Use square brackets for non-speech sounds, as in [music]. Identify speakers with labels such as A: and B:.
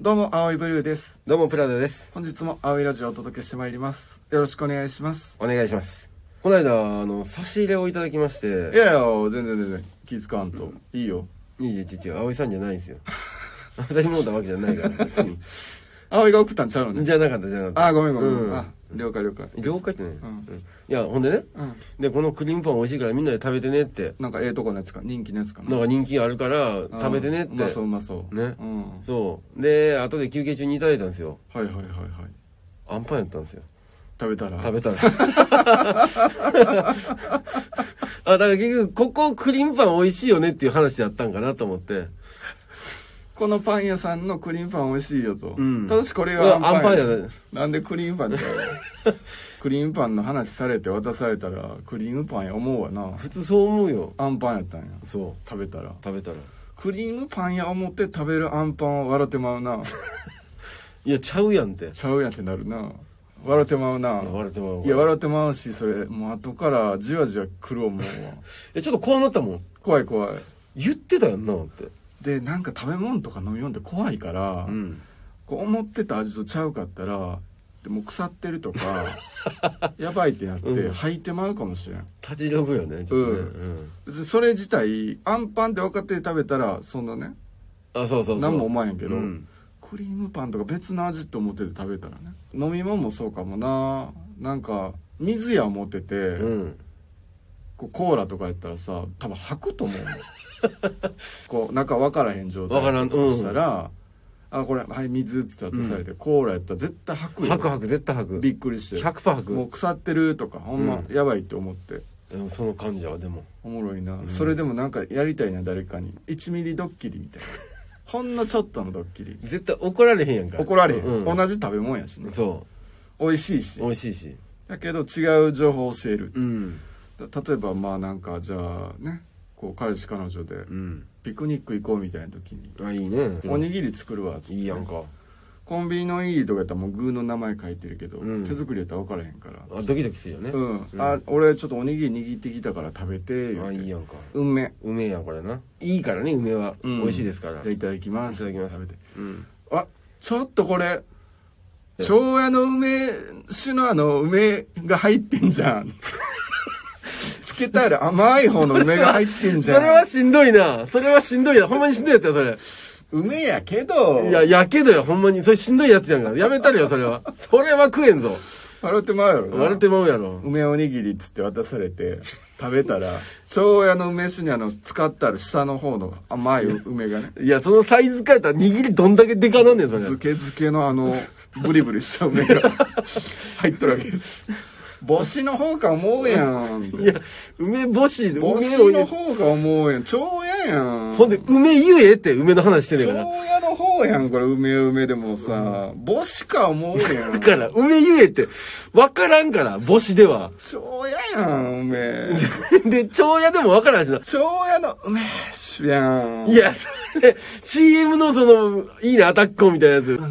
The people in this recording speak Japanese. A: どうも、青いブルーです。
B: どうも、プラダです。
A: 本日も青いラジオをお届けしてまいります。よろしくお願いします。
B: お願いします。この間、あの、差し入れをいただきまし
A: い
B: て、
A: やいや、全然全然、気使わんと。いいよ。
B: いやいや、違う、葵さんじゃないんですよ。私もたわけじゃないから、別に。
A: 青いが送ったんちゃうのね。
B: じゃなかった、じゃなかった。
A: あー、ごめんごめん。
B: うん
A: あ、了解了解。
B: 了解ってね。
A: うん
B: うんいや、ほんでね、
A: うん。
B: で、このクリームパン美味しいからみんなで食べてねって、
A: なんかええとこのやつか、人気のやつかな。
B: なんか人気あるから
A: うん
B: 食べてねっ
A: うまそうう
B: て。
A: まそう。
B: ね
A: うん。
B: そう。で、後で休憩中にいただいたんですよ。
A: はいはいはいはい。
B: あんパンやったんですよ。
A: 食べたら。[laughs]
B: 食べたんですあ、だから結局、ここクリームパン美味しいよねっていう話やったんかなと思って。
A: このパン屋さんのクリームパン美味しいよと。
B: うん
A: ただしこれ
B: う
A: は
B: わ
A: アンパンや
B: アンパンやね
A: なんでクリームパンちゃうの
B: [laughs]
A: クリームパンの話されて渡されたら、クリームパンや思うわな。
B: 普通そう思うよ。
A: アンパンやったんや。
B: そう。
A: 食べたら。
B: 食べたら。
A: クリームパンや思って食べるアンパンは笑ってまう
B: [laughs]
A: な。
B: いや、ちゃうやんって。
A: ちゃうやんってなるな。笑ってまうな。
B: 笑ってまうわ。
A: いや、笑ってまうし、それ、もう後からじわじわ来る思うわ。
B: え、ちょっと怖なったもん。
A: 怖い怖い。
B: 言ってたやんなって。
A: で、なんか食べ物とか飲み物って怖いから、
B: うん。
A: こう思ってた味とちゃうかったら、でもう腐ってると
B: [laughs]
A: か、やばいってなって、
B: うん
A: 吐いてまうかもしれん。
B: 立ち退くよね、ちょっとね。うん。
A: 別にそれ自体、アンパンって分かって食べたら、そんなね、
B: あ、そうそうそう。
A: なんも思わんやけど、
B: うん
A: クリームパンとか別の味って思ってて食べたらね飲み物もそうかもななんか水や思ってて、
B: うん。
A: こうコーラとかやったらさ多分吐くと思
B: [laughs]
A: うのこう中分からへん状態
B: わからんうん
A: したら「あこれはい水」っつって渡されて、コーラやったら絶対吐くよ
B: 吐く吐く、絶対吐く。
A: びっくりして
B: 100%吐く
A: もう腐ってるとかほんま、
B: う
A: やばいって思って
B: でもその感じは、でも。
A: おもろいな、それでもなんかやりたいな誰かに1ミリドッキリみたいなほんのちょっとのドッキリ
B: 絶対怒られへんやんか。
A: 怒られへん、
B: うん。
A: 同じ食べ物やしね
B: そ
A: 美味しいし
B: う。美味しいし。
A: だけど違う情報を教える
B: うん。
A: 例えばまあなんかじゃあねこう彼氏彼女で
B: うん。
A: ピクニック行こうみたいな時に
B: あ、いいね
A: 「。おにぎり作るわ」っつって
B: いいやんか。
A: コンビニのおにぎりとかやったらもう具の名前書いてるけど、
B: うん
A: 手作りやったら分からへんから
B: あ、ドキドキするよね。
A: うん、あ俺ちょっとおにぎり握ってきたから食べて言
B: あ、
A: う
B: いい
A: て
B: やんか。
A: 梅
B: うめえやん、これな。いいからね、梅は。美
A: うん
B: 味しいですから。
A: じゃあいただきます
B: いただきます
A: 食べて
B: うん。
A: あちょっとこれ昭和の梅酒のあの梅が入ってんじゃん [laughs] つけたら甘い方の梅が入ってんじ
B: そ
A: ゃん
B: れはしんどいな。それはしんどいな。ほんまにしんどいやつよ、それ。
A: 梅やけど、
B: いや、やけどよ、ほんまに。それしんどいやつやんか。やめたれよ、それは。それは食えんぞ。
A: 笑ってまうやろな
B: 割れてまうやろ。
A: 梅おにぎりっつって渡されて、食べたら、蝶屋の梅酒にあの、使ってある下の方の甘い梅
B: [laughs]
A: がね、
B: いや、そのサイズ変えたら握りどんだけでかなんねん、それ。
A: 漬け漬けのあの、ブリブリした梅が入っとるわけです。
B: [laughs]
A: 母子の方か思うやん。
B: いや、梅干し、梅
A: 母子の
B: を、
A: 方か思うやん。蝶屋やん。
B: ほんで、梅言えって、梅の話してんね
A: 蝶
B: んから。
A: 屋の方やん、これ梅梅でもさ、母子か思うや
B: だ
A: ん。
B: から、梅言えって、わからんから、母子では。 [laughs]
A: 蝶屋やん、梅。
B: で、蝶屋でもわからんしな。
A: 蝶屋の梅酒やん。
B: いや、それ、CM のその、いいね、アタックコンみたいなやつ。
A: 梅